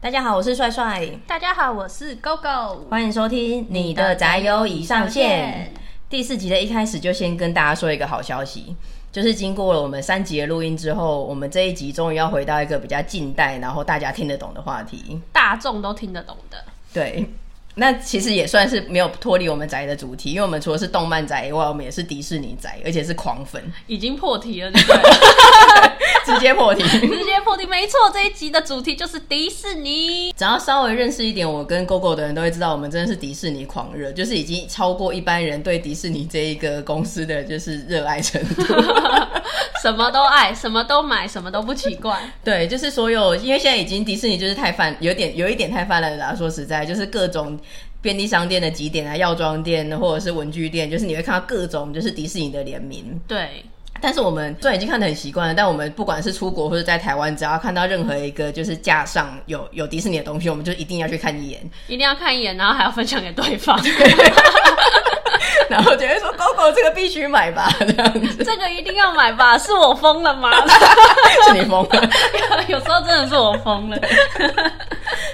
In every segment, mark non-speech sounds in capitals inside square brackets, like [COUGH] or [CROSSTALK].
大家好，我是帅帅，大家好，我是 GoGo，欢迎收听你的宅友已上线。第四集的一开始就先跟大家说一个好消息，就是经过了我们三集的录音之后，我们这一集终于要回到一个比较近代，然后大家听得懂的话题。大众都听得懂的。对，那其实也算是没有脱离我们宅的主题，因为我们除了是动漫宅以外，我们也是迪士尼宅，而且是狂粉，已经破题了，对 [LAUGHS] 不对？直接破题。直接破题，没错，这一集的主题就是迪士尼。只要稍微认识一点我跟 GoGo 的人都会知道，我们真的是迪士尼狂热，就是已经超过一般人对迪士尼这一个公司的就是热爱程度。什么都爱，什么都买，什么都不奇怪。对，就是所有，因为现在已经迪士尼就是太泛，有点有一点太泛滥了啦。说实在，就是各种便利商店的几点啊，药妆店或者是文具店，就是你会看到各种就是迪士尼的联名。对，但是我们虽然已经看得很习惯了，但我们不管是出国或者在台湾，只要看到任何一个就是架上有有迪士尼的东西，我们就一定要去看一眼，一定要看一眼，然后还要分享给对方。然后就会说 “Gogo 这个必须买吧”这样子，这个一定要买吧？是我疯了 [LAUGHS] 吗？是你疯了。有时候真的是我疯了。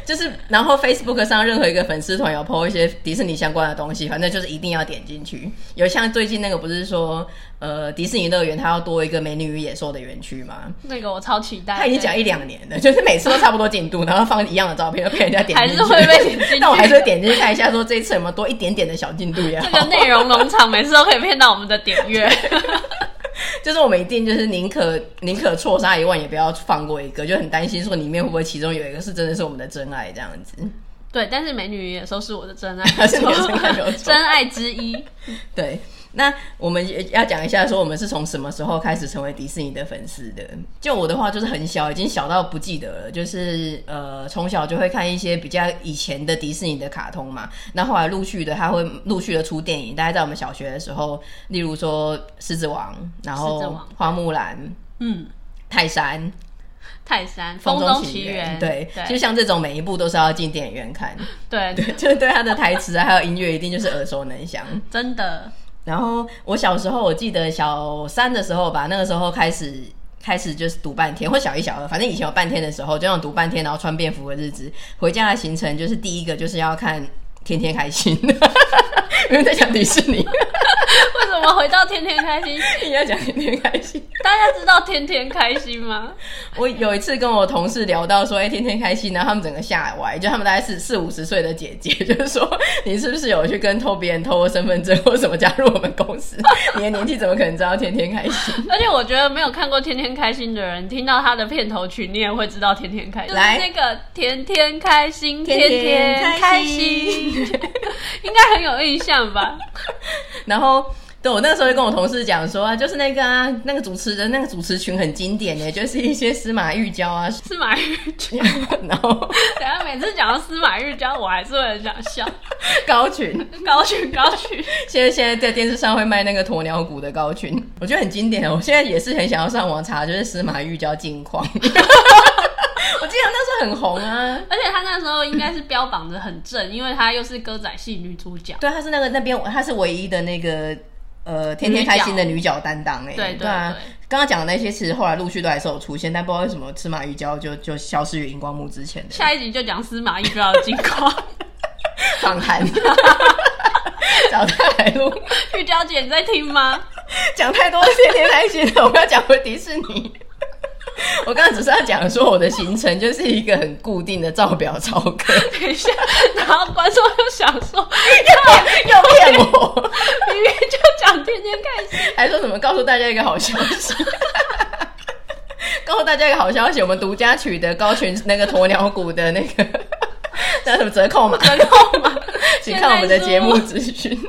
就是，然后 Facebook 上任何一个粉丝团有 po 一些迪士尼相关的东西，反正就是一定要点进去。有像最近那个不是说，呃，迪士尼乐园它要多一个《美女与野兽》的园区吗？那个我超期待的。他已经讲一两年了，就是每次都差不多进度，然后放一样的照片，被人家点进去，还是会被点进 [LAUGHS] 去但我还是会点进去看一下，说这一次有没有多一点点的小进度也好。这个内容农场每次都可以骗到我们的点阅。就是我们一定就是宁可宁可错杀一万，也不要放过一个，就很担心说里面会不会其中有一个是真的是我们的真爱这样子。对，但是美女与野兽是我的真爱， [LAUGHS] 是你的真爱没有错 [LAUGHS] 真爱之一。对，那我们也要讲一下，说我们是从什么时候开始成为迪士尼的粉丝的？就我的话，就是很小，已经小到不记得了，就是呃，从小就会看一些比较以前的迪士尼的卡通嘛。那后来陆续的，他会陆续的出电影，大概在我们小学的时候，例如说《狮子王》，然狮子后王《花木兰》。嗯，泰山、泰山、风中奇缘，对，就对像这种每一部都是要进电影院 [LAUGHS] 看，对对，就是对他的台词啊，还有音乐，一定就是耳熟能详。真的，然后我小时候，我记得小三的时候吧，那个时候开始开始就是读半天，或小一、小二，反正以前有半天的时候，就那种读半天，然后穿便服的日子，回家的行程就是第一个就是要看《天天开心》， [LAUGHS] 因为在讲迪士 [LAUGHS] 尼，为什么回到天天开心？ [LAUGHS] 你要讲《天天开心》。大家知道天天开心 [LAUGHS] 吗？我有一次跟我同事聊到说，哎、天天开心，然后他们整个吓歪，就他们大概是四五十岁的姐姐， [LAUGHS] 就是说你是不是有去跟偷别人偷过身份证或什么加入我们公司？你的年纪怎么可能知道天天开心？而且我觉得没有看过《天天开心》的人，听到他的片头曲，你也会知道《天天开心》来就是那个“天天开心，天天天开心”，应该很有印象吧？ [LAUGHS] [LAUGHS] 然后。对，我那时候就跟我同事讲说啊，就是那个啊，那个主持人那个主持群很经典的，就是一些司马玉娇啊， [LAUGHS] 司马玉娇，然后等一下每次讲到司马玉娇，我还是会很想 [LAUGHS] 笑。高群，高曲高曲，现在现在在电视上会卖那个鸵鸟骨的高 [LAUGHS] 群，我觉得很经典。哦我现在也是很想要上网查，就是司马玉娇近况。 [LAUGHS] 我记得那时候很红啊，而且他那时候应该是标榜的很正，因为他又是歌仔戏女主角。对，她是那个那边她是唯一的那个呃天天开心的女角担当哎、对对啊对。刚刚讲的那些，其实后来陆续都还是有出现，但不知道为什么司马玉娇就就消失于荧光幕之前的下一集就讲司马懿不要进况。 [LAUGHS] 访谈。 [LAUGHS] 找太来录，玉娇姐你在听吗？讲太多天天开心了，我们要讲回迪士尼。 [LAUGHS] 我刚刚只是要讲说，我的行程就是一个很固定的照表操课，等一下，然后观众就想 [LAUGHS] 说， [LAUGHS] 又骗我，明明就讲天天开 [LAUGHS] 心，还说什么告诉大家一个好消息， [LAUGHS] 告诉大家一个好消息，我们独家取得高群那个鸵鸟骨的那个那什么折 [LAUGHS] 扣码，折扣嘛，请看我们的节目现在说资讯。 [LAUGHS]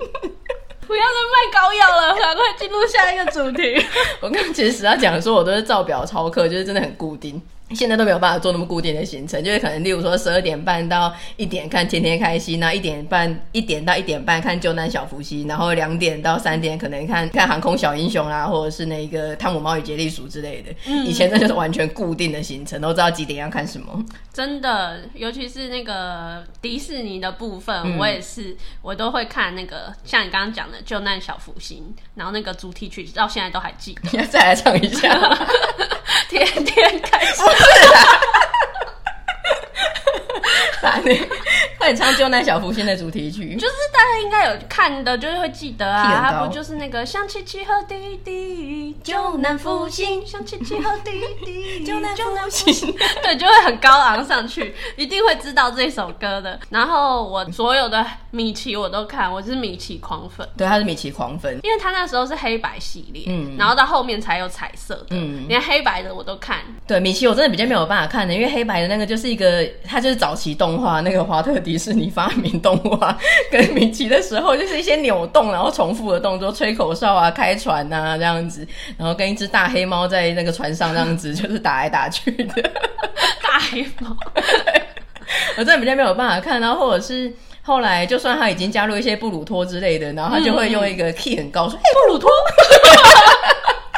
不要再卖膏药了，赶快进入下一个主题。 [LAUGHS] 我刚刚其实要讲说，我都是照表操课，就是真的很固定。现在都没有办法做那么固定的行程，就是可能例如说十二点半到一点看《天天开心》，那一点半一点到一点半看《救难小福星》，然后两点到三点可能看看《航空小英雄》啊，或者是那个《汤姆猫与杰利鼠》之类的。以前那就是完全固定的行程，都知道几点要看什么。 [LAUGHS] [LAUGHS] 真的，尤其是那个迪士尼的部分，嗯我也是，我都会看那个，像你刚刚讲的《救难小福星》，然后那个主题曲到现在都还 [LAUGHS] 记得，你要再来唱一下 [LAUGHS] 吗，天天开心。快点快点唱《救难小福星》的主题曲。就是大家应该有看的，就是会记得剃啊。很高它不就是那个像七七和弟弟就能复兴，像七 [LAUGHS] 七和弟弟就能能复兴，对，就会很高昂上去，一定会知道这首歌的。然后我所有的米奇我都看，我是米奇狂粉。对，他是米奇狂粉。因为他那时候是黑白系列，嗯然后到后面才有彩色的，嗯连黑白的我都 [LAUGHS] 看。对，米奇我真的比较没有办法看的，因为黑白的那个就是一个，它就是早期动画，那个华特迪士尼发明动画，跟米奇的时候就是一些扭动，然后重复的动作，吹口哨啊，开船啊这样子，然后跟一只大黑猫在那个船上这样子， [LAUGHS] 就是打来打去的，大黑猫，我真的比较没有办法看，然后或者是。后来，就算他已经加入一些布鲁托之类的，然后他就会用一个 key 很高说：“哎、布鲁托！” [LAUGHS]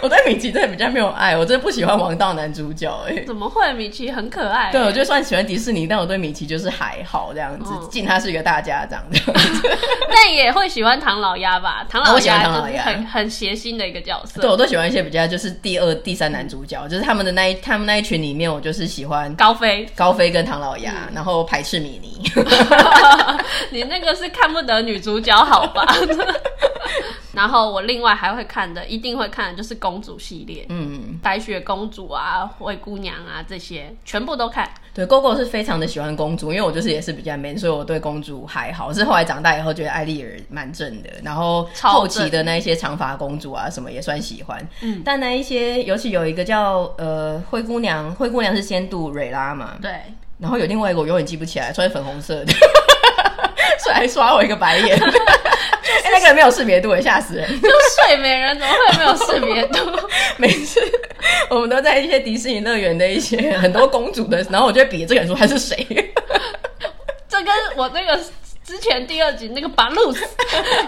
我对米奇真的比较没有爱，我真的不喜欢王道男主角、哎，怎么会？米奇很可爱、对，我就算喜欢迪士尼，但我对米奇就是还好这样子嗯，敬、他是一个大家长这样子。但也会喜欢唐老鸭吧？唐啊老我喜欢鸭唐老就是鸭很很邪心的一个角色， [LAUGHS] 对，我都喜欢一些比较就是第二、第三男主角，就是他们的那一他们那一群里面，我就是喜欢。高飞高飞跟唐老鸭，嗯然后排斥米妮。 [LAUGHS] [LAUGHS] 你那个是看不得女主角好吧？ [LAUGHS] 然后我另外还会看的，一定会看的就是公主系列，嗯，白雪公主啊、灰姑娘啊这些全部都看。对，GoGo 是非常的喜欢公主，因为我就是也是比较 man，所以我对公主还好。是后来长大以后觉得艾丽儿蛮正的，然后超后期正的那一些长发公主啊什么也算喜欢。嗯，但那一些尤其有一个叫呃灰姑娘，灰姑娘是仙杜蕊拉嘛，对，然后有另外一个我永远记不起来，穿粉红色的， [LAUGHS] 虽然刷我一个白 [LAUGHS] 眼，哎那个人没有识别度，吓死人！就睡美人怎么会没有识别度？ [LAUGHS] 每次我们都在一些迪士尼乐园的一些很多公主的，然后我就会比这个人说他是谁，这跟我那个之前第二集那个巴 [LAUGHS] 鲁斯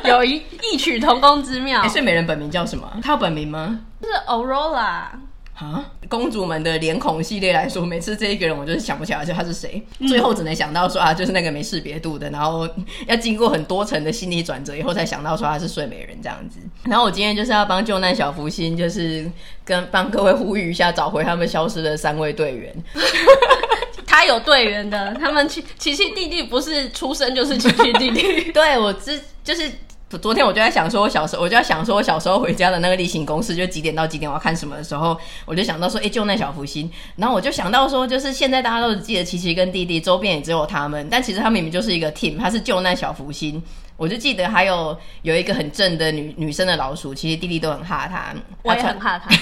有一异曲同工之妙，哎，是睡美人本名叫什么？她有本名吗？ Aurora。啊，公主们的脸孔系列来说，每次这一个人我就是想不起来，就他是谁，最后只能想到说啊，就是那个没识别度的，然后要经过很多层的心理转折以后，才想到说他是睡美人这样子。然后我今天就是要帮救难小福星，就是跟帮各位呼吁一下，找回他们消失的三位队员。，他有队员的，他们奇奇奇弟弟不是出生就是奇奇弟 [LAUGHS] 弟对我之就是。昨天我就在想说，我小时候我就在想说，我小时候回家的那个例行公事，就几点到几点我要看什么的时候，我就想到说，哎、救难小福星。然后我就想到说，就是现在大家都只记得琪琪跟弟弟，周边也只有他们，但其实他们明明就是一个 team，他是救难小福星。我就记得还有有一个很正的女女生的老鼠，其实弟弟都很哈她，我她也穿很怕他。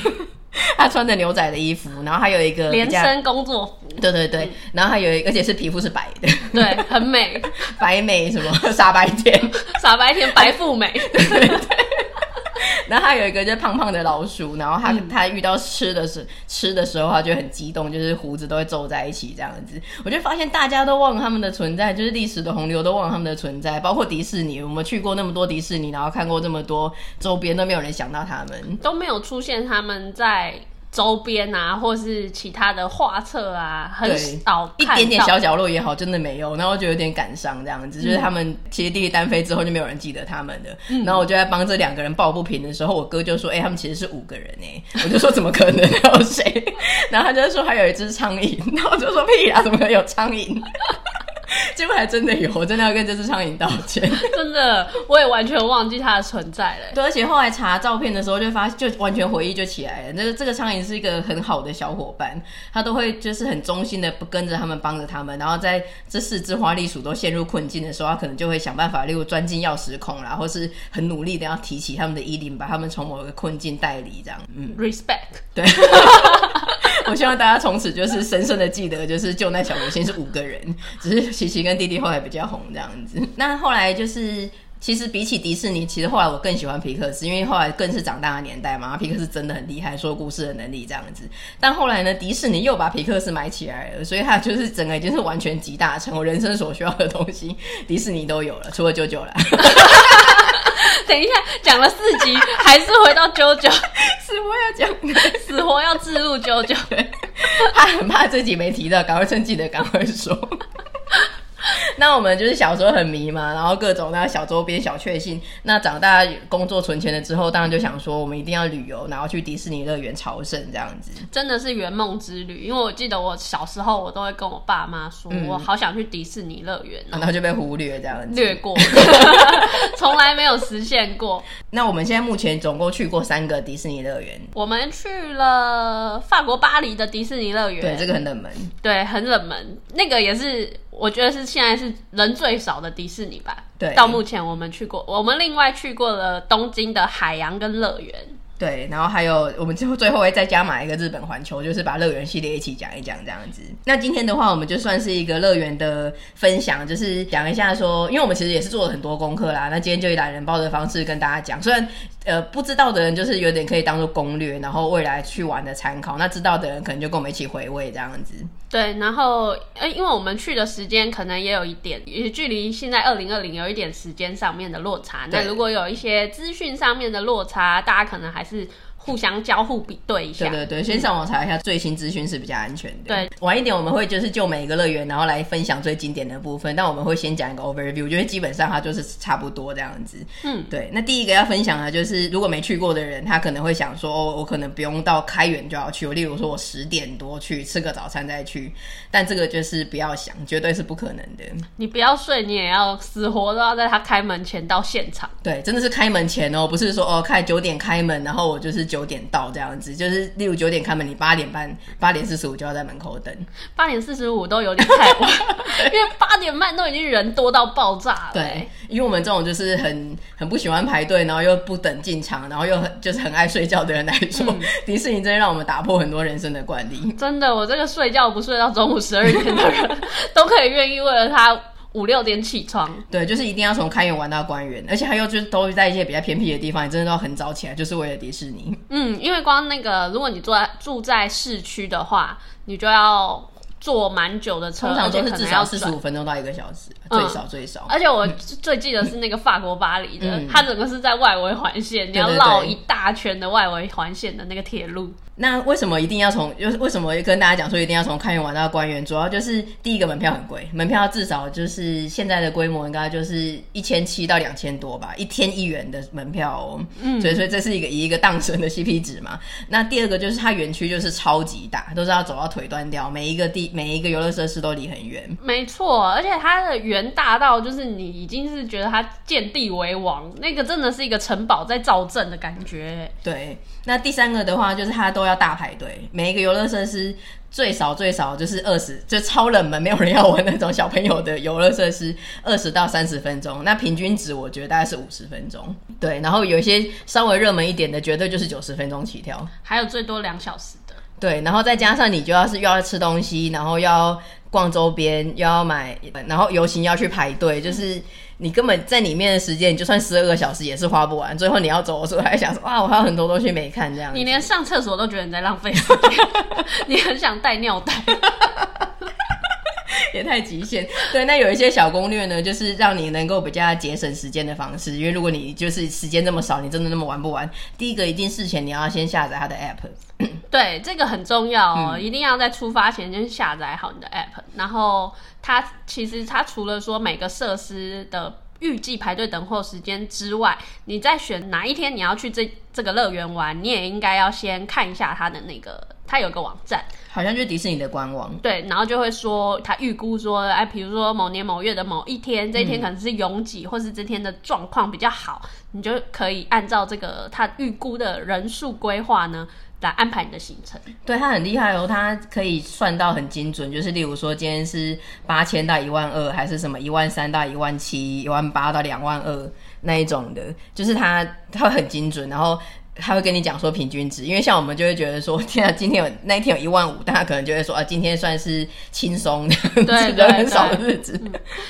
她穿着牛仔的衣服，然后还有一个比连较，身嗯工作服，对对对，然后还有一个而且是皮肤是白的， [LAUGHS] 对，很美，白美什么傻白甜。傻白甜白富美， [LAUGHS] [LAUGHS] 然后他有一个就是胖胖的老鼠，然后他、他遇到吃的时吃的时候，他就很激动，就是胡子都会皱在一起这样子。我就发现大家都忘了他们的存在，就是历史的洪流都忘了他们的存在，包括迪士尼，我们去过那么多迪士尼，然后看过这么多周边，都没有人想到他们。都没有出现他们在周边啊，或是其他的画册啊，很对少一看点点到嗯小角落也好，真的没有，然后我就有点感伤这样子，就是他们其实弟弟单飞之后就没有人记得他们了，然后我就在帮这两个人抱不平的时候，我哥就说：“哎、他们其实是五个人哎、 [LAUGHS] 我就说：“怎么可能？还有谁？” [LAUGHS] 然后他就说还有一只苍蝇，然后我就说：“屁啊啦，怎么可能有苍蝇？” [LAUGHS] 结果还真的有，我真的要跟这只苍蝇道歉。真的，我也完全忘记它的存在了。对，而且后来查照片的时候，就发就完全回忆就起来了。那个这个苍蝇是一个很好的小伙伴，他都会就是很忠心的不跟着他们，帮着他们。然后在这四只花栗鼠都陷入困境的时候，他可能就会想办法，例如钻进钥匙孔啦，或是很努力的要提起他们的衣领，把他们从某个困境带离。这样，嗯， Respect。对。 [LAUGHS] 我希望大家从此就是深深的记得，就是救难小福星是五个人，只是琪琪跟弟弟后来比较红这样子。那后来就是。其实比起迪士尼，其实后来我更喜欢皮克斯，因为后来更是长大的年代嘛，皮克斯真的很厉害，说故事的能力这样子。但后来呢，迪士尼又把皮克斯买起来了，所以它就是整个已经是完全集大成，我人生所需要的东西，迪士尼都有了，除了九九啦，等一下，讲了四集，还是回到啾啾，是我要讲的。死活要置入啾啾。他很 [LAUGHS] 怕自己没提到，赶快趁记得赶快说。 [LAUGHS] 那我们就是小时候很迷嘛，然后各种那小周边、小确幸。那长大工作存钱了之后，当然就想说我们一定要旅游，然后去迪士尼乐园朝圣这样子。真的是圆梦之旅，因为我记得我小时候，我都会跟我爸妈说，嗯我好想去迪士尼乐园哦，然后就被忽略这样子。略 [LAUGHS] 过，从来没有实现过。那我们现在目前总共去过三个迪士尼乐园，我们去了法国巴黎的迪士尼乐园，对，这个很冷门。对很冷门，那个也是我觉得是现在是人最少的迪士尼吧。对到目前我们去过，我们另外去过了东京的海洋跟乐园。对，然后还有我们最后最后会再加买一个日本环球，就是把乐园系列一起讲一讲这样子。那今天的话，我们就算是一个乐园的分享，就是讲一下说，因为我们其实也是做了很多功课啦。那今天就以懒人包的方式跟大家讲，虽然呃不知道的人就是有点可以当做攻略，然后未来去玩的参考；那知道的人可能就跟我们一起回味这样子。对，然后呃，因为我们去的时间可能也有一点，也距离现在二零二零有一点时间上面的落差。对那如果有一些资讯上面的落差，大家可能还是互相交互比对一下。对对对，先上网查一下最新资讯是比较安全的。对，晚一点我们会就是就每一个乐园，然后来分享最经典的部分，但我们会先讲一个 overview，因为基本上它就是差不多这样子。嗯，对。那第一个要分享的就是，如果没去过的人，他可能会想说，哦，我可能不用到开园就要去，我例如说我十点多去吃个早餐再去，但这个就是不要想，绝对是不可能的。你不要睡，你也要死活都要在他开门前到现场。对，真的是开门前哦，不是说哦开九点开门，然后我就是九点到这样子，就是例如九点开门，你八点半、八点四十五就要在门口等。八点四十五都有点太晚，因为八点半都已经人多到爆炸了。对，，因为我们这种就是很很不喜欢排队，然后又不等进场，然后又很就是很爱睡觉的人来说，迪士尼真的让我们打破很多人生的惯例。真的，我这个睡觉不睡到中午十二点的人，都可以愿意为了他五六点起床。对，就是一定要从开园玩到关园，而且还有就是都在一些比较偏僻的地方，你真的都要很早起来，就是为了迪士尼。嗯，因为光那个，如果你住在住在市区的话，你就要坐蛮久的车，通常而且都是可至能少要四十转。五分钟到一个小时，嗯最少最少。而且我最记得是那个法国巴黎的，嗯它整个是在外围环线，你要对对绕对一大圈的外围环线的那个铁路。那为什么一定要从？就是为什么跟大家讲说一定要从开园玩到观园？主要就是第一个门票很贵，门票至少就是现在的规模应该就是一千七到两千多吧，一天一元的门票哦。嗯，所以所以这是一个以一个当成的 CP 值嘛。 [LAUGHS] 那第二个就是它园区就是超级大，都是要走到腿断掉，每一个地每一个游乐设施都离很远。没错，而且它的圆大到就是你已经是觉得它见地为王，那个真的是一个城堡在造镇的感觉。欸对，那第三个的话就是它都要大排队，每一个游乐设施最少最少就是二十，就超冷门，没有人要玩那种小朋友的游乐设施，二十到三十分钟。那平均值我觉得大概是五十分钟。对，然后有一些稍微热门一点的，绝对就是九十分钟起跳。还有最多两小时的，对，然后再加上你就要是又要吃东西，然后又要逛周边，又要买，然后游行要去排队，就是你根本在里面的时间，你就算十二个小时也是花不完。最后你要走的时候还想说，哇，我还有很多东西没看这样子。你连上厕所都觉得你在浪费时间，你很想带尿袋。 [LAUGHS] 也太极限。对，那有一些小攻略呢，就是让你能够比较节省时间的方式。因为如果你就是时间这么少，你真的那么玩不完，第一个一定事前你要先下载它的 app。对，这个很重要哦，一定要在出发前先下载好你的 app。然后它其实它除了说每个设施的预计排队等候时间之外，你在选哪一天你要去这这个乐园玩，你也应该要先看一下它的那个，它有个网站，好像就是迪士尼的官网，对，然后就会说它预估说，哎，比如说某年某月的某一天，这嗯一天可能是拥挤，或是这天的状况比较好，你就可以按照这个它预估的人数规划呢，来安排你的行程。对它很厉害哦，它可以算到很精准，就是例如说今天是八千到一万二，还是什么一万三到一万七、一万八到两万二那一种的，就是它它会很精准，然后他会跟你讲说平均值，因为像我们就会觉得说，天啊，今天有那一天有一万五，大家可能就会说啊，今天算是轻松的， [LAUGHS] 对人很对少的对日子。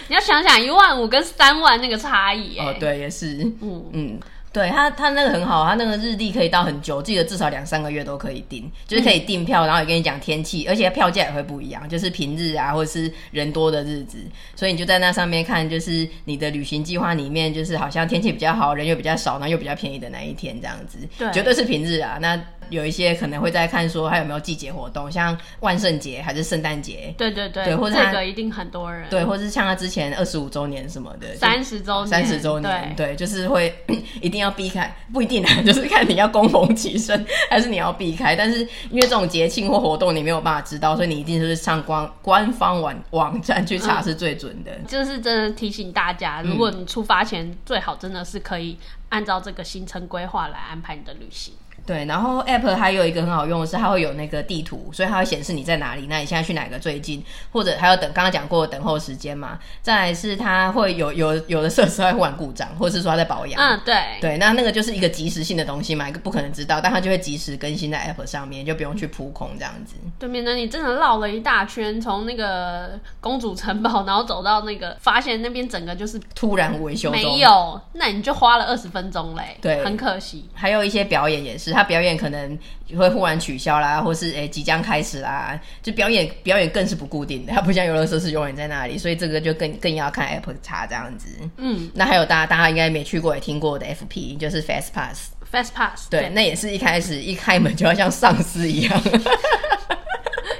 你要想想一万五跟三万那个差异、欸，哦，对，也是，嗯嗯，对他他那个很好，他那个日历可以到很久，记得至少两三个月都可以订，就是可以订票，然后也跟你讲天气，而且票价也会不一样，就是平日啊或者是人多的日子，所以你就在那上面看，就是你的旅行计划里面，就是好像天气比较好，人又比较少，然后又比较便宜的那一天这样子，对绝对是平日啊。那有一些可能会在看说还有没有季节活动，像万圣节还是圣诞节，对对对，对或者这他个一定很多人，对，或是像他之前二十五周年什么的，就三十周年，三十周年，对，就是会 [COUGHS] 一定要避开，不一定啊， [LAUGHS] 就是看你要攻逢其身，还是你要避开。但是因为这种节庆或活动，你没有办法知道，所以你一定就是上官官方网网站去查是最准的。就是真的提醒大嗯家，如果你出发前，最好真的是可以按照这个行程规划来安排你的旅行。对，然后 App 还有一个很好用的是，它会有那个地图，所以它会显示你在哪里，那你现在去哪个最近，或者还有等刚刚讲过的等候时间嘛。再来是它会有有有的设施它会忽然故障，或者是说它在保养。嗯，对，对，那那个就是一个即时性的东西嘛，一个不可能知道，但它就会及时更新在 App 上面，就不用去扑空这样子。对面呢，你真的绕了一大圈，从那个公主城堡，然后走到那个，发现那边整个就是突然维修中没，有，那你就花了二十分钟嘞，对很可惜。还有一些表演也是，它表演可能会忽然取消啦，或是诶、即将开始啦，就表演表演更是不固定的，它不像游乐设施永远在那里，所以这个就更更要看 App 查这样子。嗯那还有大家大家应该没去过也听过的 FP，就是 Fast Pass。 ，Fast Pass，对，那也是一开始一开门就要像丧尸一样，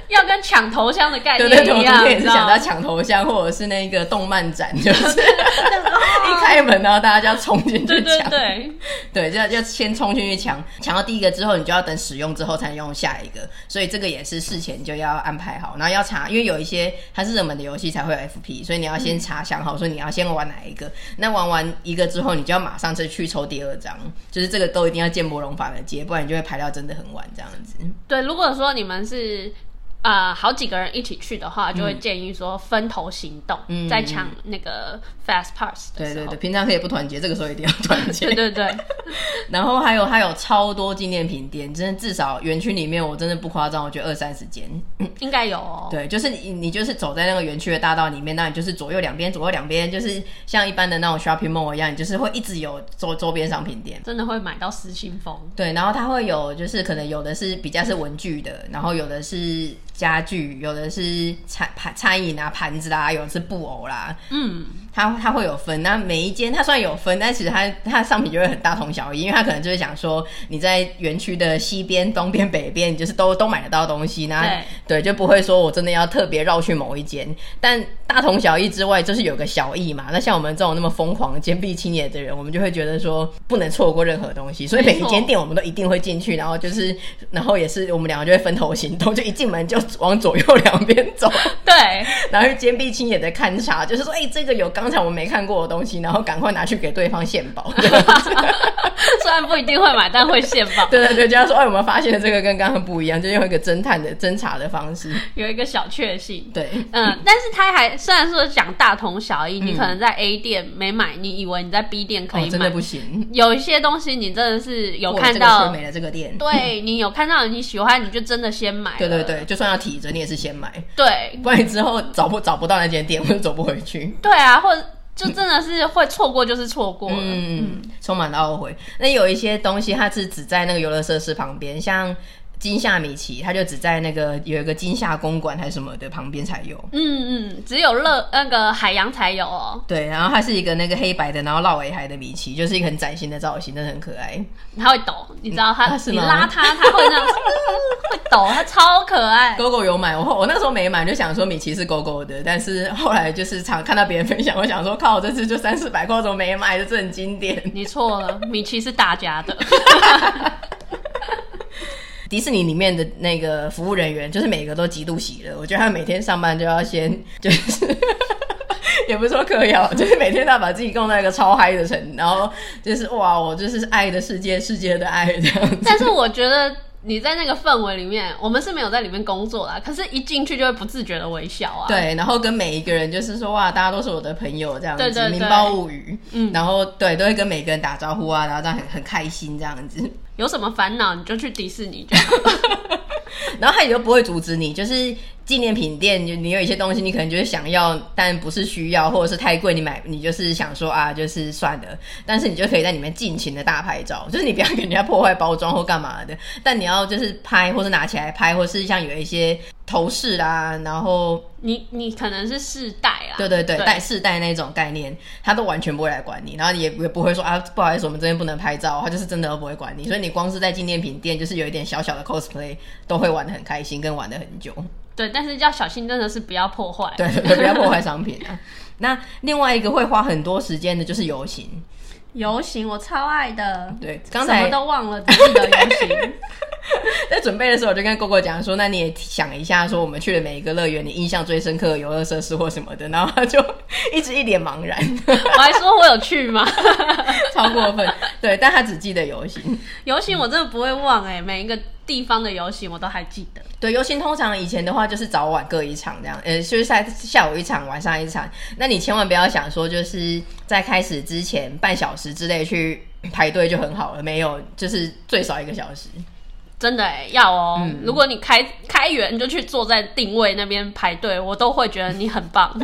要跟抢头香的概对对念对，我一昨样，天啊你也知是道想到吗？抢头像或者是那个动漫 [LAUGHS] 展，就是 [LAUGHS] 一开门然后大家就要冲进对去哦抢，对对，对，就要要先冲进去抢，抢到第一个之后，你就要等使用之后才能用下一个，所以这个也是事前就要安排好，然后要查，因为有一些它是热门的游戏才会有 FP，所以你要嗯先查想好说你要先玩哪一个，那玩完一个之后，你就要马上再去抽第二张，就是这个都一定要见波龙法的接，不然你就会排到真的很晚这样子。对，如果说你们是呃好几个人一起去的话，就会建议说分头行动，嗯在抢那个 Fast Pass 的对时对候。对，平常可以不团结，这个时候一定要团结。对 [LAUGHS] 对对然后还有还有超多纪念品店，真的至少园区里面，我真的不夸张，我觉得二三十间。应该有哦。对，就是你你就是走在那个园区的大道里面，那你就是左右两边左右两边，就是像一般的那种 shopping mall 一样，你就是会一直有周周边商品店。真的会买到失心疯。对，然后它会有，就是可能有的是比较是文具的，然后有的是家具，有的是餐盘餐饮啊、盘子啦，有的是布偶啦，嗯，它它会有分，那每一间它虽然有分，但其实它它的商品就会很大同小异，因为它可能就是想说你在园区的西边、东边、北边，你就是都都买得到东西，那对就不会说我真的要特别绕去某一间，但大同小异之外，就是有个小异嘛。那像我们这种那么疯狂、坚壁清野的人，我们就会觉得说不能错过任何东西，所以每一没间错店我们都一定会进去，然后就是然后也是我们两个就会分头行动，就一进门就往左右两边走。对，然后去坚壁清野的勘察，就是说，哎、这个有刚才我们没看过的东西，然后赶快拿去给对方献 [LAUGHS] 宝。虽然不一定会买，但会现报， [LAUGHS] 对对对，就要说，哎、我们发现了这个跟刚刚不一样，就用一个侦探的侦查的方式。有一个小确幸。对，嗯，但是他还虽然说讲大同小异，你嗯可能在 A 店没买，你以为你在 B 店可哦，以真买，的不行。有一些东西你真的是有过了看这个到村，没了这个店。对你有看到你喜欢，你就真的先买了。对对对，就算要提着，你也是先买，对不然之后找不找不到那间店，或者走不回去。对啊，或者就真的是会错过，就是错过了。嗯，充满了懊悔。那有一些东西，它是只在那个游乐设施旁边，像金夏米奇，它就只在那个有一个金夏公馆还是什么的旁边才有。嗯嗯，只有乐那个海洋才有哦，对，然后它是一个那个黑白的，然后绕尾海的米奇，就是一个很崭新的造型，真的很可爱。它会抖，你知道它， [LAUGHS] 啊是你吗拉它，它会那样 [LAUGHS] 会抖，它超可爱。狗狗有买，我后我那时候没买，就想说米奇是狗狗的，但是后来就是常看到别人分享，我想说靠，我这次就三四百块，我怎么没买？这真的很经典。 [LAUGHS] 你错了，米奇是大家的，迪士尼里面的那个服务人员，就是每个都极度喜乐。我觉得他每天上班就要先 [LAUGHS] 就是。也不是说嗑药，就是每天都要把自己供到一个超嗨的程度，然后就是哇，我就是爱的世界，世界的爱这样子。 [LAUGHS] 但是我觉得你在那个氛围里面，我们是没有在里面工作啦，可是一进去就会不自觉的微笑啊。对，然后跟每一个人就是说哇，大家都是我的朋友这样子，对对对民胞物语，嗯然后对，都会跟每个人打招呼啊，然后这样很很开心这样子。有什么烦恼你就去 [LAUGHS] 迪士尼就好了。然后他也就不会阻止你，就是纪念品店，你你有一些东西你可能就是想要，但不是需要，或者是太贵，你买你就是想说啊，就是算了。但是你就可以在里面尽情的大拍照，就是你不要给人家破坏包装或干嘛的，但你要就是拍，或是拿起来拍，或是像有一些头饰啦，然后你你可能是世代啊，对对对，对戴饰戴那种概念，他都完全不会来管你，然后也也不会说啊，不好意思，我们这边不能拍照，他就是真的都不会管你。所以你光是在纪念品店，就是有一点小小的 cosplay，都会玩的很开心，跟玩的很久。对，但是要小心，真的是不要破坏。对，对不要破坏商品啊。那另外一个会花很多时间的就是游行。游行我超爱的，对，刚才什么都忘了，只记得游 [LAUGHS] 行。在准备的时候，我就跟果果讲说，那你也想一下，说我们去的每一个乐园，你印象最深刻的游乐设施或什么的，然后他就 [LAUGHS] 一直一脸茫然，我还说我有去吗？超过分。对，但他只记得游行。游行我真的不会忘哎、每一个地方的游行我都还记得。对，游行通常以前的话就是早晚各一场这样，呃，就是在下午一场，晚上一场。那你千万不要想说，就是在开始之前半小时之内去排队就很好了，没有，就是最少一个小时。真的、欸、要哦！如果你开开园就去坐在定位那边排队，我都会觉得你很 [LAUGHS] 棒，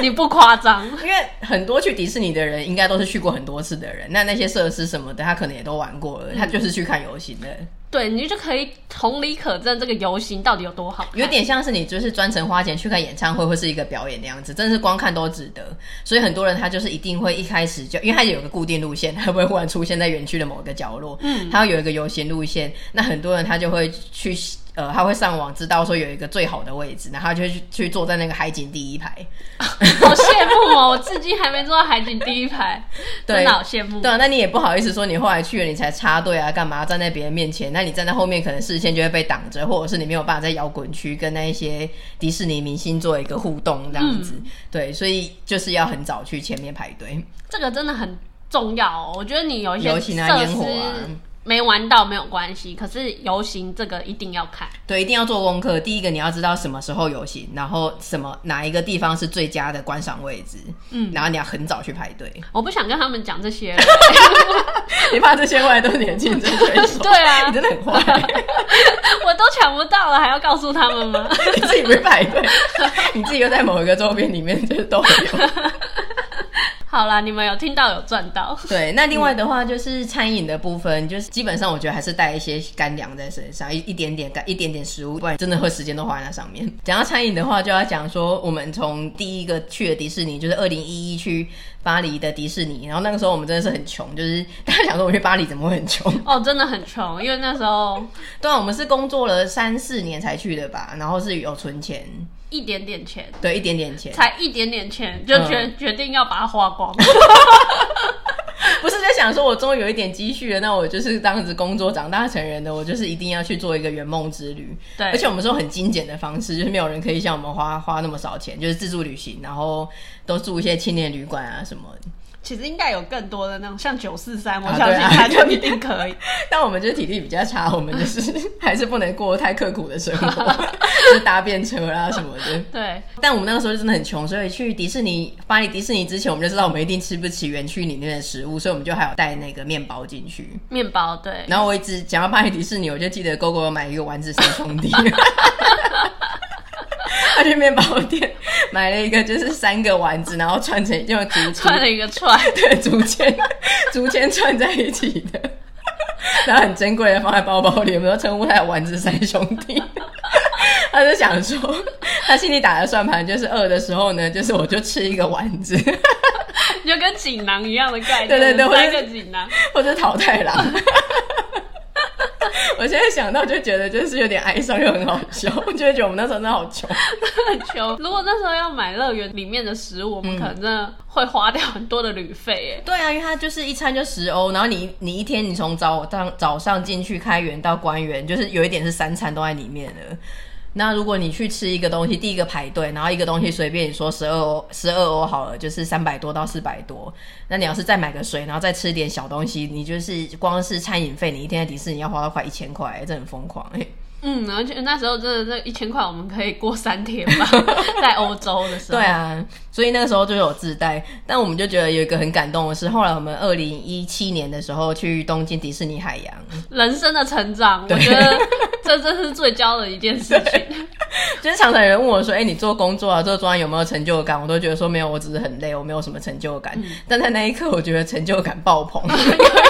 你不夸张。因为很多去迪士尼的人，应该都是去过很多次的人，那那些设施什么的，他可能也都玩过了，他就是去看游行的，对你就可以同理可证这个游行到底有多好看有 [LAUGHS] 点像是你就是专程花钱去看演唱会或是一个表演那样子，真的是光看都值得。所以很多人他就是一定会一开始就，因为他有个固定路线，他不会忽然出现在园区的某个角落，嗯，他会有一个游行路线，那很多人他就会去。呃，他会上网知道说有一个最好的位置，然后他就去去坐在那个海景第一排，好羡慕哦！我至今还没坐到海景第一排，对真的好羡慕。对啊，那你也不好意思说你后来去了你才插队啊，干嘛站在别人面前？那你站在后面可能视线就会被挡着，或者是你没有办法在摇滚区跟那一些迪士尼明星做一个互动这样子。嗯对，所以就是要很早去前面排队。这个真的很重要哦。我觉得你有一些游行啊设烟火施啊没玩到没有关系，可是游行这个一定要看。对，一定要做功课。第一个你要知道什么时候游行，然后什么哪一个地方是最佳的观赏位置，嗯，然后你要很早去排队。我不想跟他们讲这些， [LAUGHS] 你怕这些外都年轻真选手， [LAUGHS] 对啊 [LAUGHS] 你真的很坏，我都抢不到了，还要告诉他们吗？ [LAUGHS] 你自己不是排队，你自己又在某一个周边里面就是都有。好啦，你们有听到有赚到，对，那另外的话就是餐饮的部分，就是基本上我觉得还是带一些干粮在身上，一一点点干一点点食物，不然真的会时间都花在那上面。讲到餐饮的话，就要讲说我们从第一个去的迪士尼，就是二零一一去巴黎的迪士尼，然后那个时候我们真的是很穷，就是大家想说我去 [LAUGHS] 巴黎怎么会很穷？哦，真的很穷，因为那时候对啊，我们是工作了三四年才去的吧，然后是有存钱，一点点钱，对，一点点钱，才一点点钱就决、嗯决定要把它 [LAUGHS] 花光，不是在想说，我终于有一点积蓄了，那我就是当时工作长大成人的，我就是一定要去做一个圆梦之旅。对而且我们是用很精简的方式，就是没有人可以像我们花花那么少钱，就是自助旅行，然后都住一些青年旅馆啊什么的。其实应该有更多的那种，像九四三，我啊相对信啊他就一定 [LAUGHS] 可以。但我们就是体力比较差，我们就是还是不能过太刻苦的生活，就是搭便车啦、什么的。对，但我们那个时候就真的很穷，所以去迪士尼巴黎迪士尼之前，我们就知道我们一定吃不起园区里面的食物，所以我们就还有带那个面包进去。面包对，然后我一直讲到巴黎迪士尼，我就记得 GoGo 有买一个丸子三兄弟， [LAUGHS] 他去面包店买了一个就是三个丸子，然后串成用竹 [LAUGHS] 串签，了一个串，对竹签竹签串在一起的，然后很珍贵的放在包包里，我们都称呼他丸子三兄弟。 [LAUGHS] 他就想说，他心里打的算盘就是饿的时候呢，就是我就吃一个丸子，就跟锦囊一样的概念，对对对我三就个锦囊。或者淘汰狼。 [LAUGHS] 我现在想到就觉得就是有点哀伤又很好笑，我就会觉得我们那时候真的好穷。很穷。如果那时候要买乐园里面的食物，我们可能真的会花掉很多的旅费。哎，对啊，因为它就是一餐就十欧，然后你你一天你从早上早上进去开园到关园，就是有一点是三餐都在里面了。那如果你去吃一个东西，第一个排队，然后一个东西随便你说十二欧，十二欧好了，就是三百多到四百多。那你要是再买个水，然后再吃点小东西，你就是光是餐饮费，你一天在迪士尼要花到快一千块，真的很疯狂哎、嗯，而且那时候真的，这一千块我们可以过三天 [LAUGHS] 吧，在欧洲的时候。对啊，所以那个时候就有自带，但我们就觉得有一个很感动的是，后来我们二零一七年的时候去东京迪士尼海洋， [LAUGHS] 人生的成长，我觉得这真是最骄傲的一件事 [LAUGHS] 情。就是常常有人问我说：“哎、你做工作啊，做专案有没有成就感？”我都觉得说没有，我只是很累，我没有什么成就感。但在那一刻，我觉得成就感爆棚。 [LAUGHS]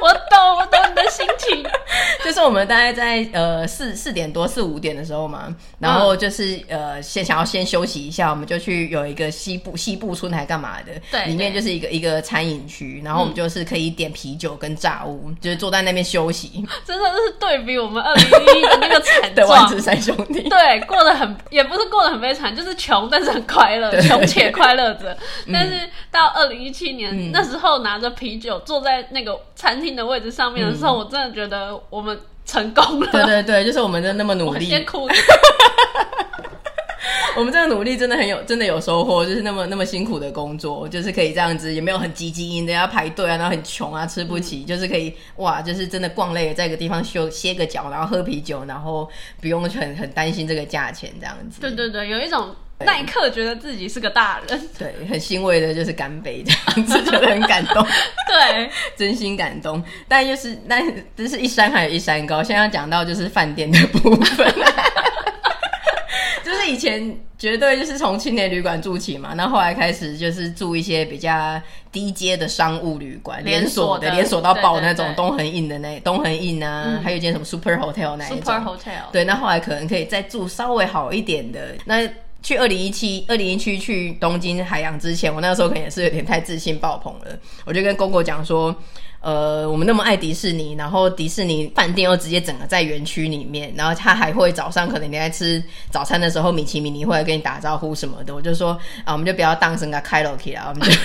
我懂，我懂你的心情。 [LAUGHS] 就是我们大概在呃四四点多四五点的时候嘛，然嗯后就是、呃先想要先休息一下，我们就去有一个西部西部村还干嘛的，对嗯里面就是一个一个餐饮区，然后我们就是可以点啤酒跟炸物，就是坐在那边休 [LAUGHS] 息真的是对比我们二零一一的那个惨的万状，智三兄 [LAUGHS] 弟。对，过得很也不是过得很悲惨，就是穷但是很快乐，穷且快乐着。嗯但是到二零一七年、那时候拿着啤酒坐在那个餐厅的位置上面的时候，我真的觉得我们成功了。嗯 [LAUGHS] 对对对，就是我们真的那么努我力，先 [LAUGHS] 哭，我们这个努力真的很有，真的有收获，就是那么那么辛苦的工作，就是可以这样子，也没有很积极，人家排队啊，然后很穷啊，吃不嗯起，就是可以哇，就是真的逛累了，在一个地方休歇个脚，然后喝啤酒，然后不用很很担心这个价钱这样子。对对对，有一种那一刻觉得自己是个大人，对，很欣慰的就是干杯这样子，觉得很感动。 [LAUGHS] 对，真心感动，但就是但这是一山还有一山高。现在要讲到就是饭店的部分， [LAUGHS] 就是以前绝对就是从青年旅馆住起嘛，那后来开始就是住一些比较低阶的商务旅馆，连连锁锁的的，连锁到爆那种对对对嗯东恒印的那东恒印啊，还有一间什么 Super Hotel 那一种 Super Hotel，对，那后来可能可以再住稍微好一点的。那去二零一七、二零一七去东京海洋之前，我那个时候可能也是有点太自信爆棚了，我就跟公公讲说。呃，我们那么爱迪士尼，然后迪士尼饭店又直接整个在园区里面，然后他还会早上可能你在吃早餐的时候，米奇米妮会来跟你打招呼什么的，我就说啊，我们就不要当成个开 o k 啦，我们就 [LAUGHS] [LAUGHS]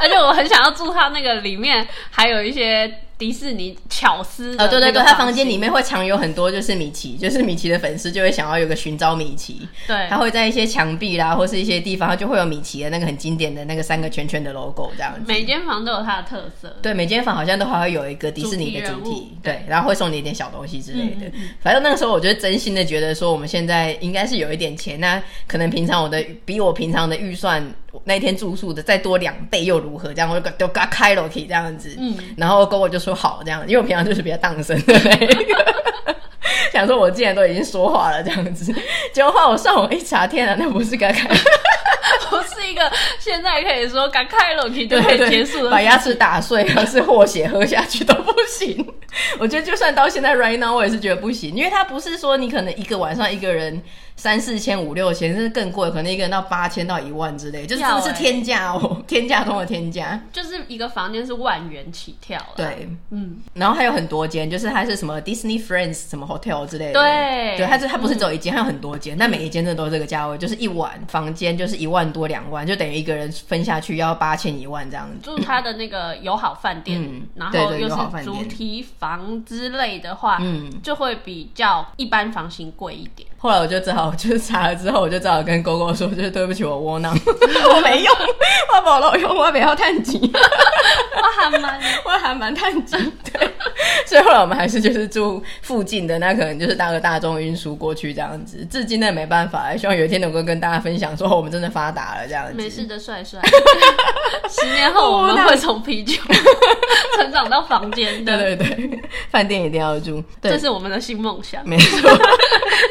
而且我很想要住它那个里面，还有一些迪士尼巧思的呃， [LAUGHS] 对对那个对，他房间型里面会藏有很多就是米奇，就是米奇的粉丝就会想要有个寻找米奇，对他会在一些墙壁啦或是一些地方，它就会有米奇的那个很经典的那个三个圈圈的 logo 这样子。每间房都有它的特色。 [LAUGHS] 对，每间房好像都还会有一个迪士尼的主主题，题人物嗯对，然后会送你一点小东西之类的。反正那个时候，我就真心的觉得说，我们现在应该是有一点钱，那可能平常我的比我平常的预算，那天住宿的再多两倍又如何？这样我就就给他开楼梯这样子，嗯，然后跟我就说好这样，因为我平常就是比较当生的 [LAUGHS] 那一个。想说，我既然都已经说话了，这样子，结果后来我上网一查，天啊，那不是刚开不是一个现在可以说赶快楼梯就可以结束把的。牙齿打碎， [LAUGHS] 还是和血喝下去都不行。我觉得就算到现在 right now，我也是觉得不行，因为它不是说你可能一个晚上一个人三四千、五六千，甚至更贵，可能一个人到八千到一万之类，就是真要的是欸天价哦、天价中的天价。 [LAUGHS] 就是一个房间是万元起跳了，，对，嗯，然后还有很多间，就是它是什么 Disney Friends 什么 hotel 之类的，对嗯对，它是它不是只有一间，它有很多间，但每一间真的都是这个价位，就是一晚房间就是一万多两万，就等于一个人分下去要八千一万这样子。住它的那个友好饭店，嗯然对后对又友好饭是店主题房之类的话，嗯，就会比较一般房型贵一点。后来我就只好就是查了之后，我就只好跟狗狗说，就是对不起我窝囊， [LAUGHS] 我没用，我保了用，我不要探钱，哇，还蛮 [LAUGHS] 我还蛮探钱。对， [LAUGHS] 所以后来我们还是就是住附近的，那可能就是搭个大众运输过去这样子。至今那没办法，希望有一天能够跟大家分享说哦我们真的发达了这样子。没事的，帅帅。十年后我们会从啤酒成长到房间的，对对对， [LAUGHS] 饭店一定要住，这对，是我们的新梦想。没 [LAUGHS] 错。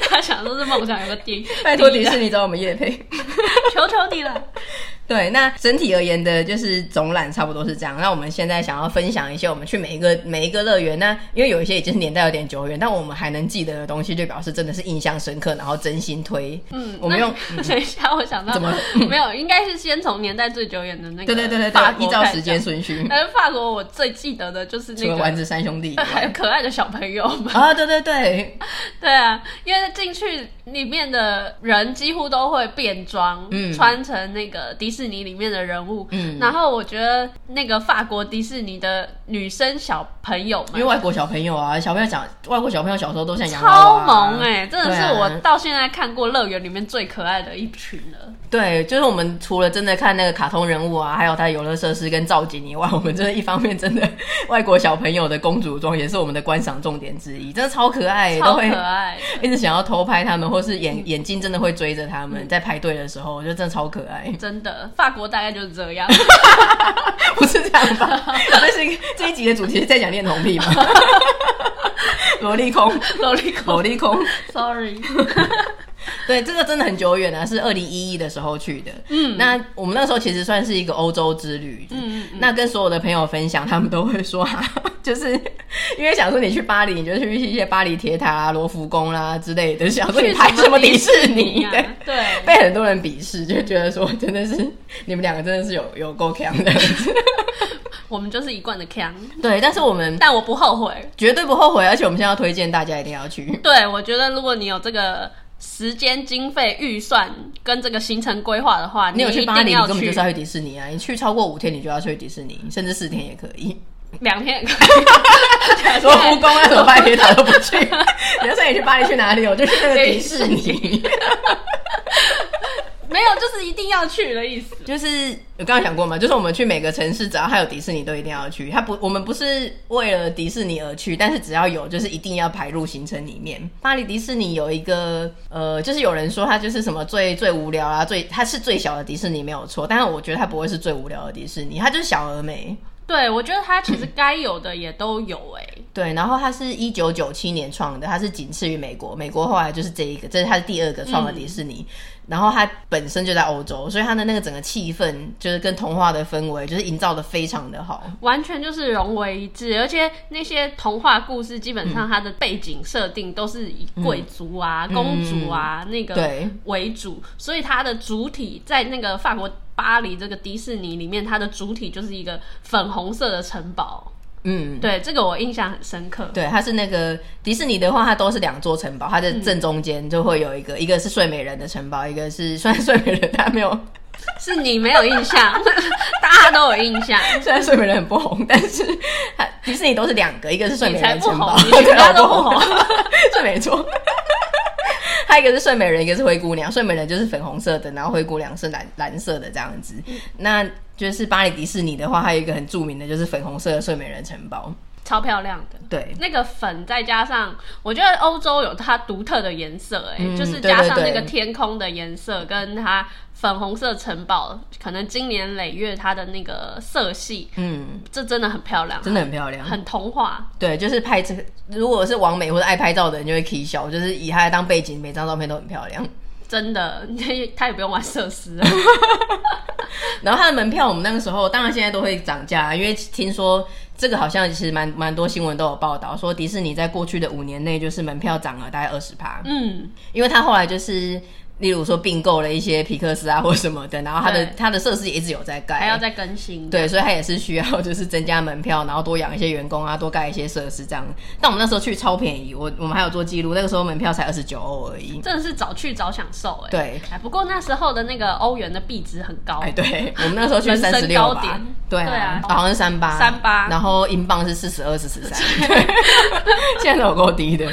他想说是梦想有个底， [LAUGHS] 拜托底迪的士尼找我们夜配。求求 [LAUGHS] 你了。对，那整体而言的，就是总览差不多是这样。那我们现在想要分享一些我们去每一个每一个乐园，那因为有一些已经是年代有点久远，但我们还能记得的东西，就表示真的是印象深刻，然后真心 [LAUGHS] 推。嗯，我们那用 [LAUGHS] 等一下，我想到怎么没有，应该是先从年代最久远的那个对对对对法对，国依照开始时间顺序讲。，但是法国我最记得的就是除那了丸个。子三兄弟以 [LAUGHS] 还有外。可爱的小朋友们，啊，对对对，对啊，因为进去里面的人几乎都会变装，嗯穿成那个迪士尼里面的人物，嗯然后我觉得那个法国迪士尼的女生小朋友因为们。外国小朋友啊，小朋友讲外国小朋友小时候都像洋娃啊超娃、萌哎、真的对是啊我到现在看过乐园里面最可爱的一群了。对，就是我们除了真的看那个卡通人物啊，还有它游乐设施跟造景以外，我们真的一方面真的外国小朋友的公主装也是我们的观赏重点之一，真的超可爱，超都会可爱。一直想要偷拍他们，或是眼、眼睛真的会追着他们，在排队的时候，我觉得真的超可 [LAUGHS] 爱，真的，法国大概就是这样。 [LAUGHS] 不是这样吧？这是一个这一集的主题是在讲恋童癖吗？萝莉 [LAUGHS] 控，萝莉控萝莉控。 ，sorry，对，这个真的很久远啊，是二零一一的时候去的。嗯，那我们那时候其实算是一个欧洲之旅。嗯 [LAUGHS] 那跟所有的朋友分享，他们都会说、啊， [LAUGHS] 就是因为想说你去巴黎，你就去一些巴黎铁塔啊、罗浮宫啦、之类的，想说你去拍什么迪士尼啊尼？呀、对。对，被很多人鄙视，就觉得说真的是你们两个真的是有有够强的， [LAUGHS] 我们就是一贯的腔，对。但是我们但我不后悔。绝对不后悔，而且我们现在要推荐大家一定要去。对，我觉得如果你有这个时间、经费、预算跟这个行程规划的话，你有一去巴定黎，你要根本去就是要去迪士尼啊！你去超过五天，你就要去迪士尼，甚至四天也可以。两 [LAUGHS] 天，罗浮宫啊那什么巴黎铁塔都不去， [LAUGHS] 你要说你去巴黎去哪里？我就去那个迪士尼。 [LAUGHS] 没有，就是一定要去的意思。就是我刚刚讲过嘛，就是我们去每个城市，只要它有迪士尼，都一定要去。它不，我们不是为了迪士尼而去，但是只要有，就是一定要排入行程里面。巴黎迪士尼有一个，呃，就是有人说它就是什么最最无聊啊，最它是最小的迪士尼没有错，但是我觉得它不会是最无聊的迪士尼，它就是小而美。对，我觉得它其实该有的也都有哎、对，然后它是一九九七年创的，它是仅次于美国，美国后来就是这一个，这是它第二个创的迪士尼。然后它本身就在欧洲，所以它的那个整个气氛就是跟童话的氛围，就是营造的非常的好。完全就是融为一致，而且那些童话故事基本嗯上它的背景设定都是以贵族啊、公主啊、那个对为主，所以它的主体在那个法国巴黎这个迪士尼里面，它的主体就是一个粉红色的城堡。嗯，对，这个我印象很深刻。对，它是那个迪士尼的话，它都是两座城堡，它的正中间就会有一个，一个是睡美人的城堡，一个是 [LAUGHS] 虽然睡美人它没有，是你没有印象， [LAUGHS] 大家都有印象。 [LAUGHS] 虽然睡美人很不红，但是它 [LAUGHS] 迪士尼都是两个，一个是睡美你才人不城堡，红，你全 [LAUGHS] 家对啊都我不红。这没 [LAUGHS] 错。还有一个是睡美人，一个是灰姑娘。睡美人就是粉红色的，然后灰姑娘是蓝蓝色的这样子。那就是巴黎迪士尼的话，还有一个很著名的就是粉红色的睡美人城堡。超漂亮的。对，那个粉再加上，我觉得欧洲有它独特的颜色、哎、嗯就是加上对对那对个天空的颜色，跟它粉红色城堡，可能经年累月它的那个色系，嗯，这真的很漂亮，真的很漂亮。很童话。对，就是拍这个，如果是王美或者爱拍照的人，就会 K 笑，就是以她来当背景，每张照片都很漂亮。真的， [LAUGHS] 他也不用玩设施啊了，然后它的门票，我们那个时候当然现在都会涨价，啊因为听说这个好像其实蛮蛮多新闻都有报道，说迪士尼在过去的五年内，就是门票涨了大概二十趴。嗯，因为他后来就是，例如说并购了一些皮克斯啊或什么的，然后他的对他的设施也一直有在盖，还要再更新。，对，所以他也是需要就是增加门票，然后多养一些员工啊，多盖一些设施这样。但我们那时候去超便宜，我我们还有做记录，那个时候门票才二十九欧而已。真的是早去早享受、哎，对，哎，不过那时候的那个欧元的币值很高，哎，对， [LAUGHS] 我们那时候去人生三十六高吧点，对对啊啊，好像是三八， 38然后英镑是四十二、四十 [LAUGHS] 三，现在都有够低的。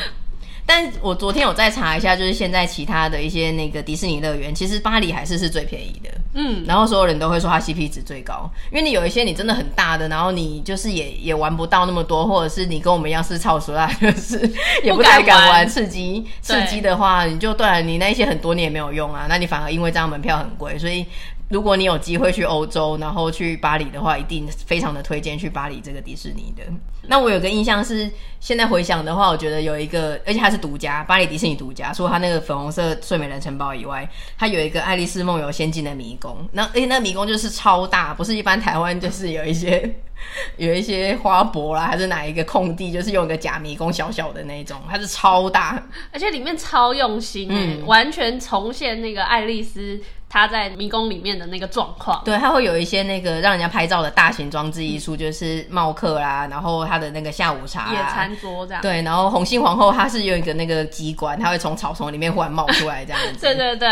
但我昨天有再查一下，就是现在其他的一些那个迪士尼乐园，其实巴黎还是是最便宜的。嗯，然后所有人都会说它 CP 值最高，因为你有一些你真的很大的，然后你就是也也玩不到那么多，或者是你跟我们一样是超熟啦，就是也不太不敢敢玩玩刺激。对刺激的话，你就对了，你那一些很多你也没有用啊，那你反而因为这样门票很贵，所以。如果你有机会去欧洲，然后去巴黎的话，一定非常的推荐去巴黎这个迪士尼的。那我有个印象是，现在回想的话，我觉得有一个，而且它是独家，巴黎迪士尼独家，除了它那个粉红色睡美人城堡以外，它有一个《爱丽丝梦游仙境》的迷宫，那而且那个迷宫就是超大，不是一般台湾就是有一些 [LAUGHS] 有一些花博啦，还是哪一个空地，就是用一个假迷宫小小的那一种，它是超大，而且里面超用心、哎，嗯完全重现那个爱丽丝她在迷宫里面的那个状况。对，它会有一些那个让人家拍照的大型装置艺术，就是帽客啦，然后它的那个下午茶、野啊。餐桌这样。对，然后红心皇后她是用一个那个机关，她会从草丛里面忽然冒出 [LAUGHS] 来这样子。对对对，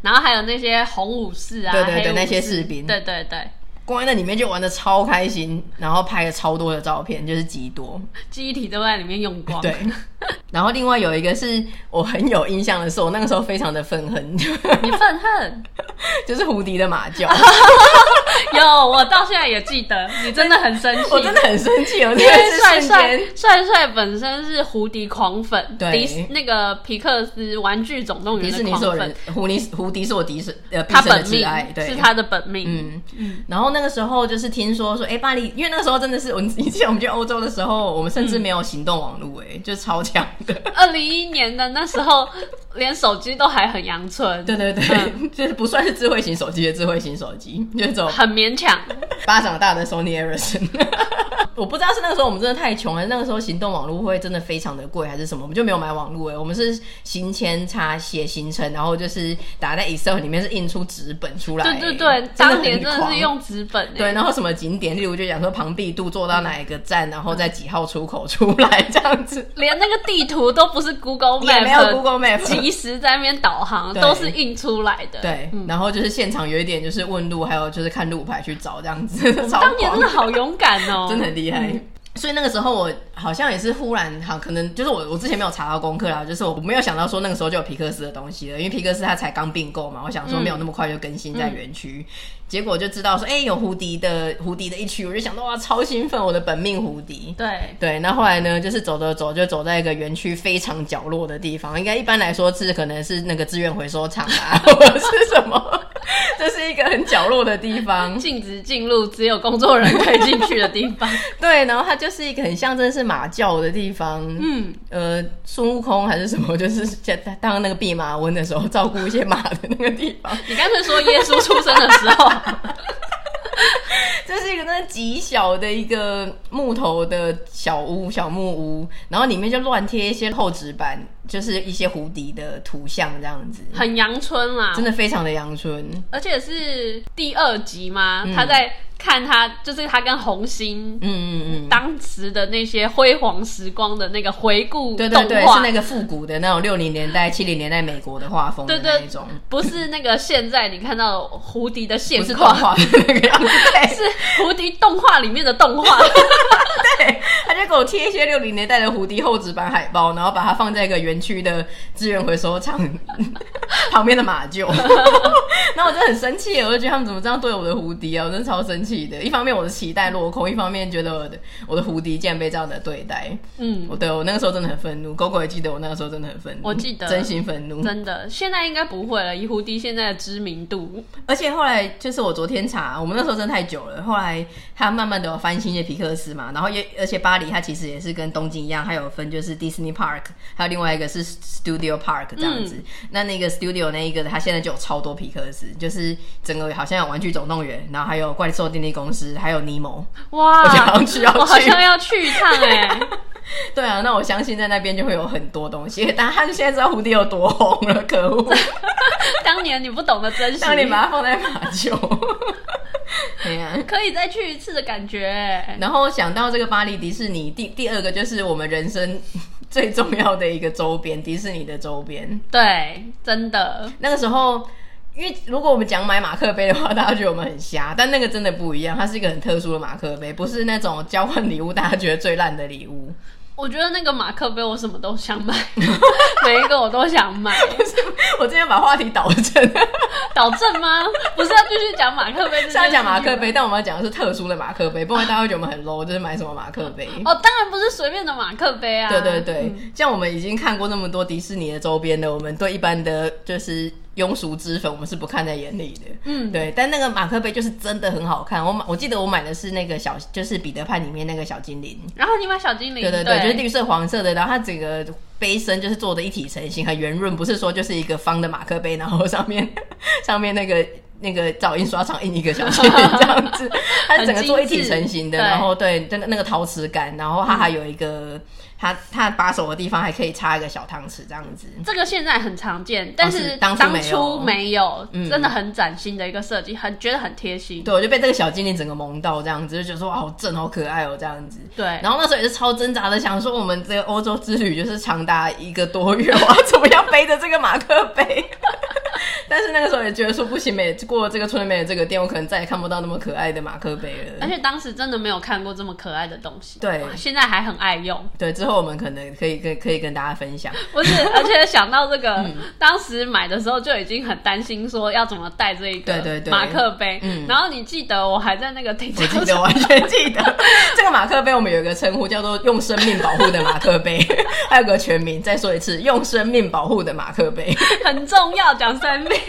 然后还有那些红武士啊，对对对黑武士那些士兵对对对，光在那里面就玩的超开心，然后拍了超多的照片，就是极多。记忆体都在里面用光。对， [LAUGHS] 然后另外有一个是我很有印象的是，我那个时候非常的愤恨， [LAUGHS] 你愤恨？就是胡迪的马 [LAUGHS] 脚，有，我到现在也记得，你真的很生 [LAUGHS] 气。我真的很生气，我那 [LAUGHS] 因为个帅是瞬帅间。帅帅本身是胡迪狂粉，对迪斯那个皮克斯《玩具总动迪员士》尼的是我狂人粉，，胡尼胡迪是我迪士呃毕他生的本挚命爱，对，是他的本命，嗯，然后那个时候就是听说说，哎、巴黎，因为那个时候真的是我们以前我们去欧洲的时候，我们甚至没有行动网络、哎、就超强 [LAUGHS] 的。二零一一年的那时候，连手机都还很阳春，对对对， [LAUGHS] 就是不算是智慧型手机的智慧型手机，就这种很勉强。巴掌大的 Sony Ericsson。我不知道是那个时候我们真的太穷了，还是那个时候行动网络会真的非常的贵，还是什么，我们就没有买网络哎、我们是行前查写行程，然后就是打在 Excel 里面是印出纸本出来、对哎对对，真的当年很真的狂是用纸本欸诶、对，然后什么景点，例如就讲说庞毕度坐到哪一个站，然后在几号出口出来这样子，连那个地图都不是 Google 也没有 Map 呃 Google Map。及时在那边导航，对都是印出来的。对，然后就是现场有一点就是问路，还有就是看路牌去找这样子， [LAUGHS] 超当年狂真的好勇敢哦、真的很厉害。所以那个时候我好像也是忽然，好可能就是我我之前没有查到功课啦，就是我没有想到说那个时候就有皮克斯的东西了，因为皮克斯它才刚并购嘛，我想说没有那么快就更新在园区，嗯结果就知道说哎、诶有胡迪的胡迪的一区，我就想到哇超兴奋，我的本命胡迪。对，对，那后来呢，就是走着走就走在一个园区非常角落的地方，应该一般来说是可能是那个资源回收厂 [LAUGHS] 啊，或者是什么，这是一个很角落的地方。禁止进入只有工作人员可以进去的地方。对，然后它就是一个很像真的是马厩的地方，嗯，呃，孙悟空还是什么，就是在当那个弼马温的时候照顾一些马的那个地方，你干脆说耶稣出生的时候， [LAUGHS] 这是一个那极小的一个木头的小屋、小木屋，然后里面就乱贴一些厚纸板，就是一些胡迪的图像这样子，很阳春啦真，的非常的阳春。而且是第二集嘛，他在看他就是他跟红星。嗯嗯嗯嗯，当时的那些辉煌时光的那个回顾对动对对，画是那个复古的那种六零年代、七零年代美国的画风的对对那一种，不是那个现在你看到胡迪的现不是动况，画的那个样子。对是胡迪动画里面的动 [LAUGHS] 画，他就给我贴一些六零年代的胡迪厚纸板海报，然后把它放在一个园区的资源回收厂旁边的马 [LAUGHS] 厩。然后我真的很生气，我就觉得他们怎么这样对我的胡迪啊！我真的超生气的。一方面我的期待落空，一方面觉得我的我的胡迪竟然被这样的对待。嗯，我对我那个时候真的很愤怒，狗狗也记得我那个时候真的很愤怒，我记得真心愤怒。真的，现在应该不会了。以胡迪现在的知名度，而且后来就是我昨天查，我们那时候真的太久了。后来他慢慢的有翻新一些皮克斯嘛，然后也而且巴黎它其实也是跟东京一样，它有分就是 Disney Park，还有另外一个是 Studio Park 这样子。那那个 Studio 那一个，它现在就有超多皮克斯，就是整个好像有玩具总动员，然后还有怪兽电力公司，还有尼莫。哇，我好像需要去我好像要去一趟哎、 [LAUGHS] 对啊，那我相信在那边就会有很多东西。 [LAUGHS] 但他现在知道蝴蝶有多红了，可恶！当年你不懂得珍惜，当你把它放在马厩。 [LAUGHS] 对啊呀、可以再去一次的感觉、欸。然后想到这个巴黎迪士尼，第第二个就是我们人生最重要的一个周边，迪士尼的周边。对，真的，那个时候，因为如果我们讲买马克杯的话，大家觉得我们很瞎，但那个真的不一样，它是一个很特殊的马克杯，不是那种交换礼物大家觉得最烂的礼物。 [LAUGHS] 我觉得那个马克杯我什么都想买，每一个我都想买。我今天把话题导正，导正吗？不是要继续讲马克杯？是要讲马克。杯，但我们要讲的是特殊的马克杯，不然大家会觉得我们很 low，就是买什么马克杯。哦，当然不是随便的马克杯啊。对对对，像我们已经看过那么多迪士尼的周边的，我们对一般的就是庸俗脂粉，我们是不看在眼里的。嗯对。但那个马克杯就是真的很好看，我买，我记得我买的是那个小，就是彼得潘里面那个小精灵。然后你买小精灵，对对对对，就是绿色黄色的，然后它整个杯身就是做的一体成型，很圆润，不是说就是一个方的马克杯，然后上面 [LAUGHS] 上面那个那个找印刷厂印一个小精灵 [LAUGHS] 这样子，它是整个做一体成型的，很精致然后对真的那个陶瓷感，然后它还有一个、它它把手的地方还可以插一个小汤匙这样子。这个现在很常见，但是嗯当当初没有初没有，嗯真的很崭新的一个设计，很觉得很贴心。对，我就被这个小精灵整个萌到，这样子就觉得说哇，好正，好可爱哦，这样子。对，然后那时候也是超挣扎的，想说我们这个欧洲之旅就是长达一个多月，我要怎么样背着这个马克杯？ [LAUGHS] 但是那个时候也觉得说不行，没过了这个春美的这个店，我可能再也看不到那么可爱的马克杯了。而且当时真的没有看过这么可爱的东西，对哇现在还很爱用。对，之后我们可能可以跟可以跟大家分享。不是，而且想到这个，嗯当时买的时候就已经很担心，说要怎么带这一个对对对马克杯。嗯然后你记得我还在那个停车我记得，场，完全记得这个马克杯，我们有一个称呼叫做“用生命保护的马克杯”，还有个全名，再说一次，“用生命保护的马克杯很重要，讲三 [LAUGHS] 遍。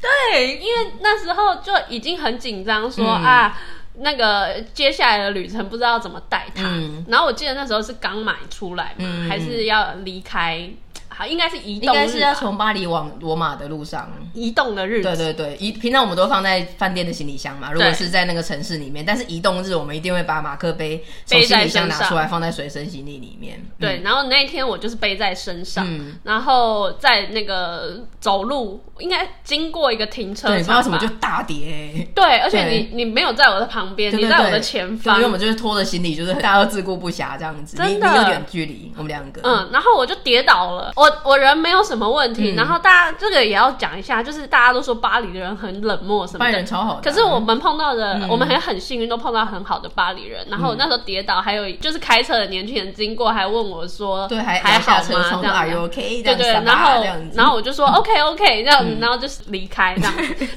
对，因为那时候就已经很紧张，说、嗯啊。那个接下来的旅程不知道怎么带它，嗯然后我记得那时候是刚买出来嘛，嗯还是要离开，好应该是”，移应动日吧，该是要从巴黎往罗马的路上。移动的日子，对对对，移平常我们都放在饭店的行李箱嘛，如果对是在那个城市里面，但是移动日我们一定会把马克杯从背行在李箱身拿上出来，放在随身行李里面。对，然后那一天我就是背在身上，嗯然后在那个走路，应该经过一个停车对，你场不知道什么吧就大跌。对，而且对你你没有在我的旁边，对对你在我对的前对因方为我。们就是拖着行李，就是大家都自顾不暇这样子，离真离的有点距离，我们两个。嗯，然后我就跌倒了，我我人没有什么问题，嗯然后大家这个也要讲一下，就是大家都说巴黎的人很冷漠什么拜的人，超好的啊，可是我们碰到的，嗯我们还很幸运，都碰到很好的巴黎人。然后我那时候跌倒，还有就是开车的年轻人经过，还问我说：“对还还好下车吗？”这样冲子说 Are you OK？这对样对，子，然后这样子，嗯然后我就 [LAUGHS] 说 OK OK 这样，然后就是离开这样，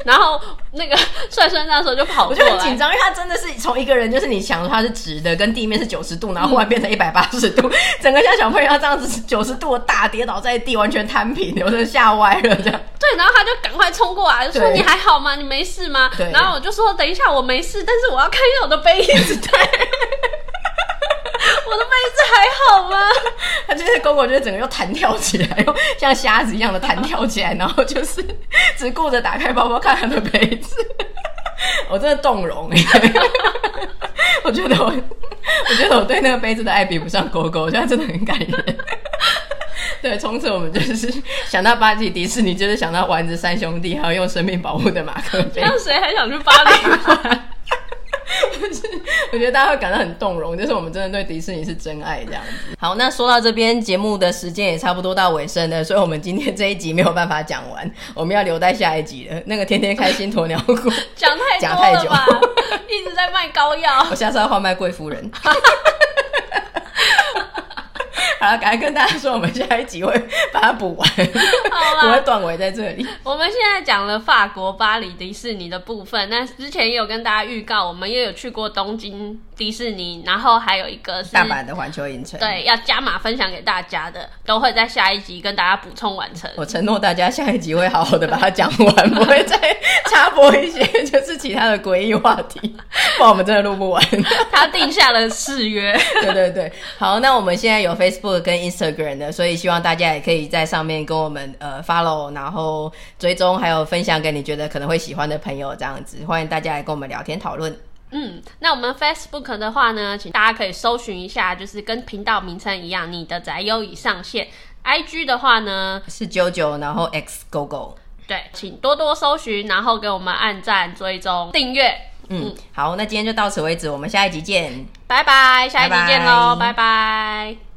然后那个 [LAUGHS] 帅帅那时候就跑我过就很紧来，张，因为他真的是从一个人，就是你想说他是直的，跟地面是九十度，然后忽然变嗯成一百八十度， [LAUGHS] 整个像小朋友这样子九十度的大跌倒在地，完全摊平，我都吓歪了这样。对，然后他就赶快冲过来，就说对你还好吗？你没事吗对？然后我就说等一下我没事，但是我要看一下我的杯 [LAUGHS] 子，对，我的杯子还好吗？他就是狗狗，就是整个又弹跳起来，又像瞎子一样的弹跳起来，然后就是只顾着打开包包看他的杯子，我真的动容哎！ [LAUGHS] 我觉得我，我觉得我对那个杯子的爱比不上狗狗，我觉得真的很感人。对，从此我们就是想到巴黎迪士尼，就是想到丸子三兄弟，还有用生命保护的马克杯这。样谁还想去巴 [LAUGHS] 黎？ [LAUGHS] 我觉得大家会感到很动容，就是我们真的对迪士尼是真爱这样子。好，那说到这边，节目的时间也差不多到尾声了，所以我们今天这一集没有办法讲完，我们要留待下一集了。那个天天开心鸵鸟 [LAUGHS] 骨，讲太讲多太了久吧， [LAUGHS] 一直在卖膏药。我下次要换卖贵夫人。好了，赶快跟大家说，我们下一集会把它补完，好啦不会断尾在这里。我们现在讲了法国巴黎迪士尼的部分，那之前也有跟大家预告，我们也有去过东京迪士尼，然后还有一个是大阪的环球影城，，对要加码分享给大家的，都会在下一集跟大家补充完成。我承诺大家下一集会好好的把它讲完， [LAUGHS] 不会再插播一些就是其他的诡异话题，不然我们真的录不完。 [LAUGHS] 他定下了誓约， [LAUGHS] 对对对，好，那我们现在有 Facebook 跟 Instagram 的，所以希望大家也可以在上面跟我们呃 follow，然后追踪，还有分享给你觉得可能会喜欢的朋友，这样子，欢迎大家来跟我们聊天讨论。嗯，那我们 Facebook 的话呢，请大家可以搜寻一下，就是跟频道名称一样，你的宅优已上线。IG 的话呢，是九九，然后 X Go Go。对，请多多搜寻，然后给我们按赞、追踪、订阅。嗯，好，那今天就到此为止，我们下一集见。拜拜，下一集见喽，拜拜拜拜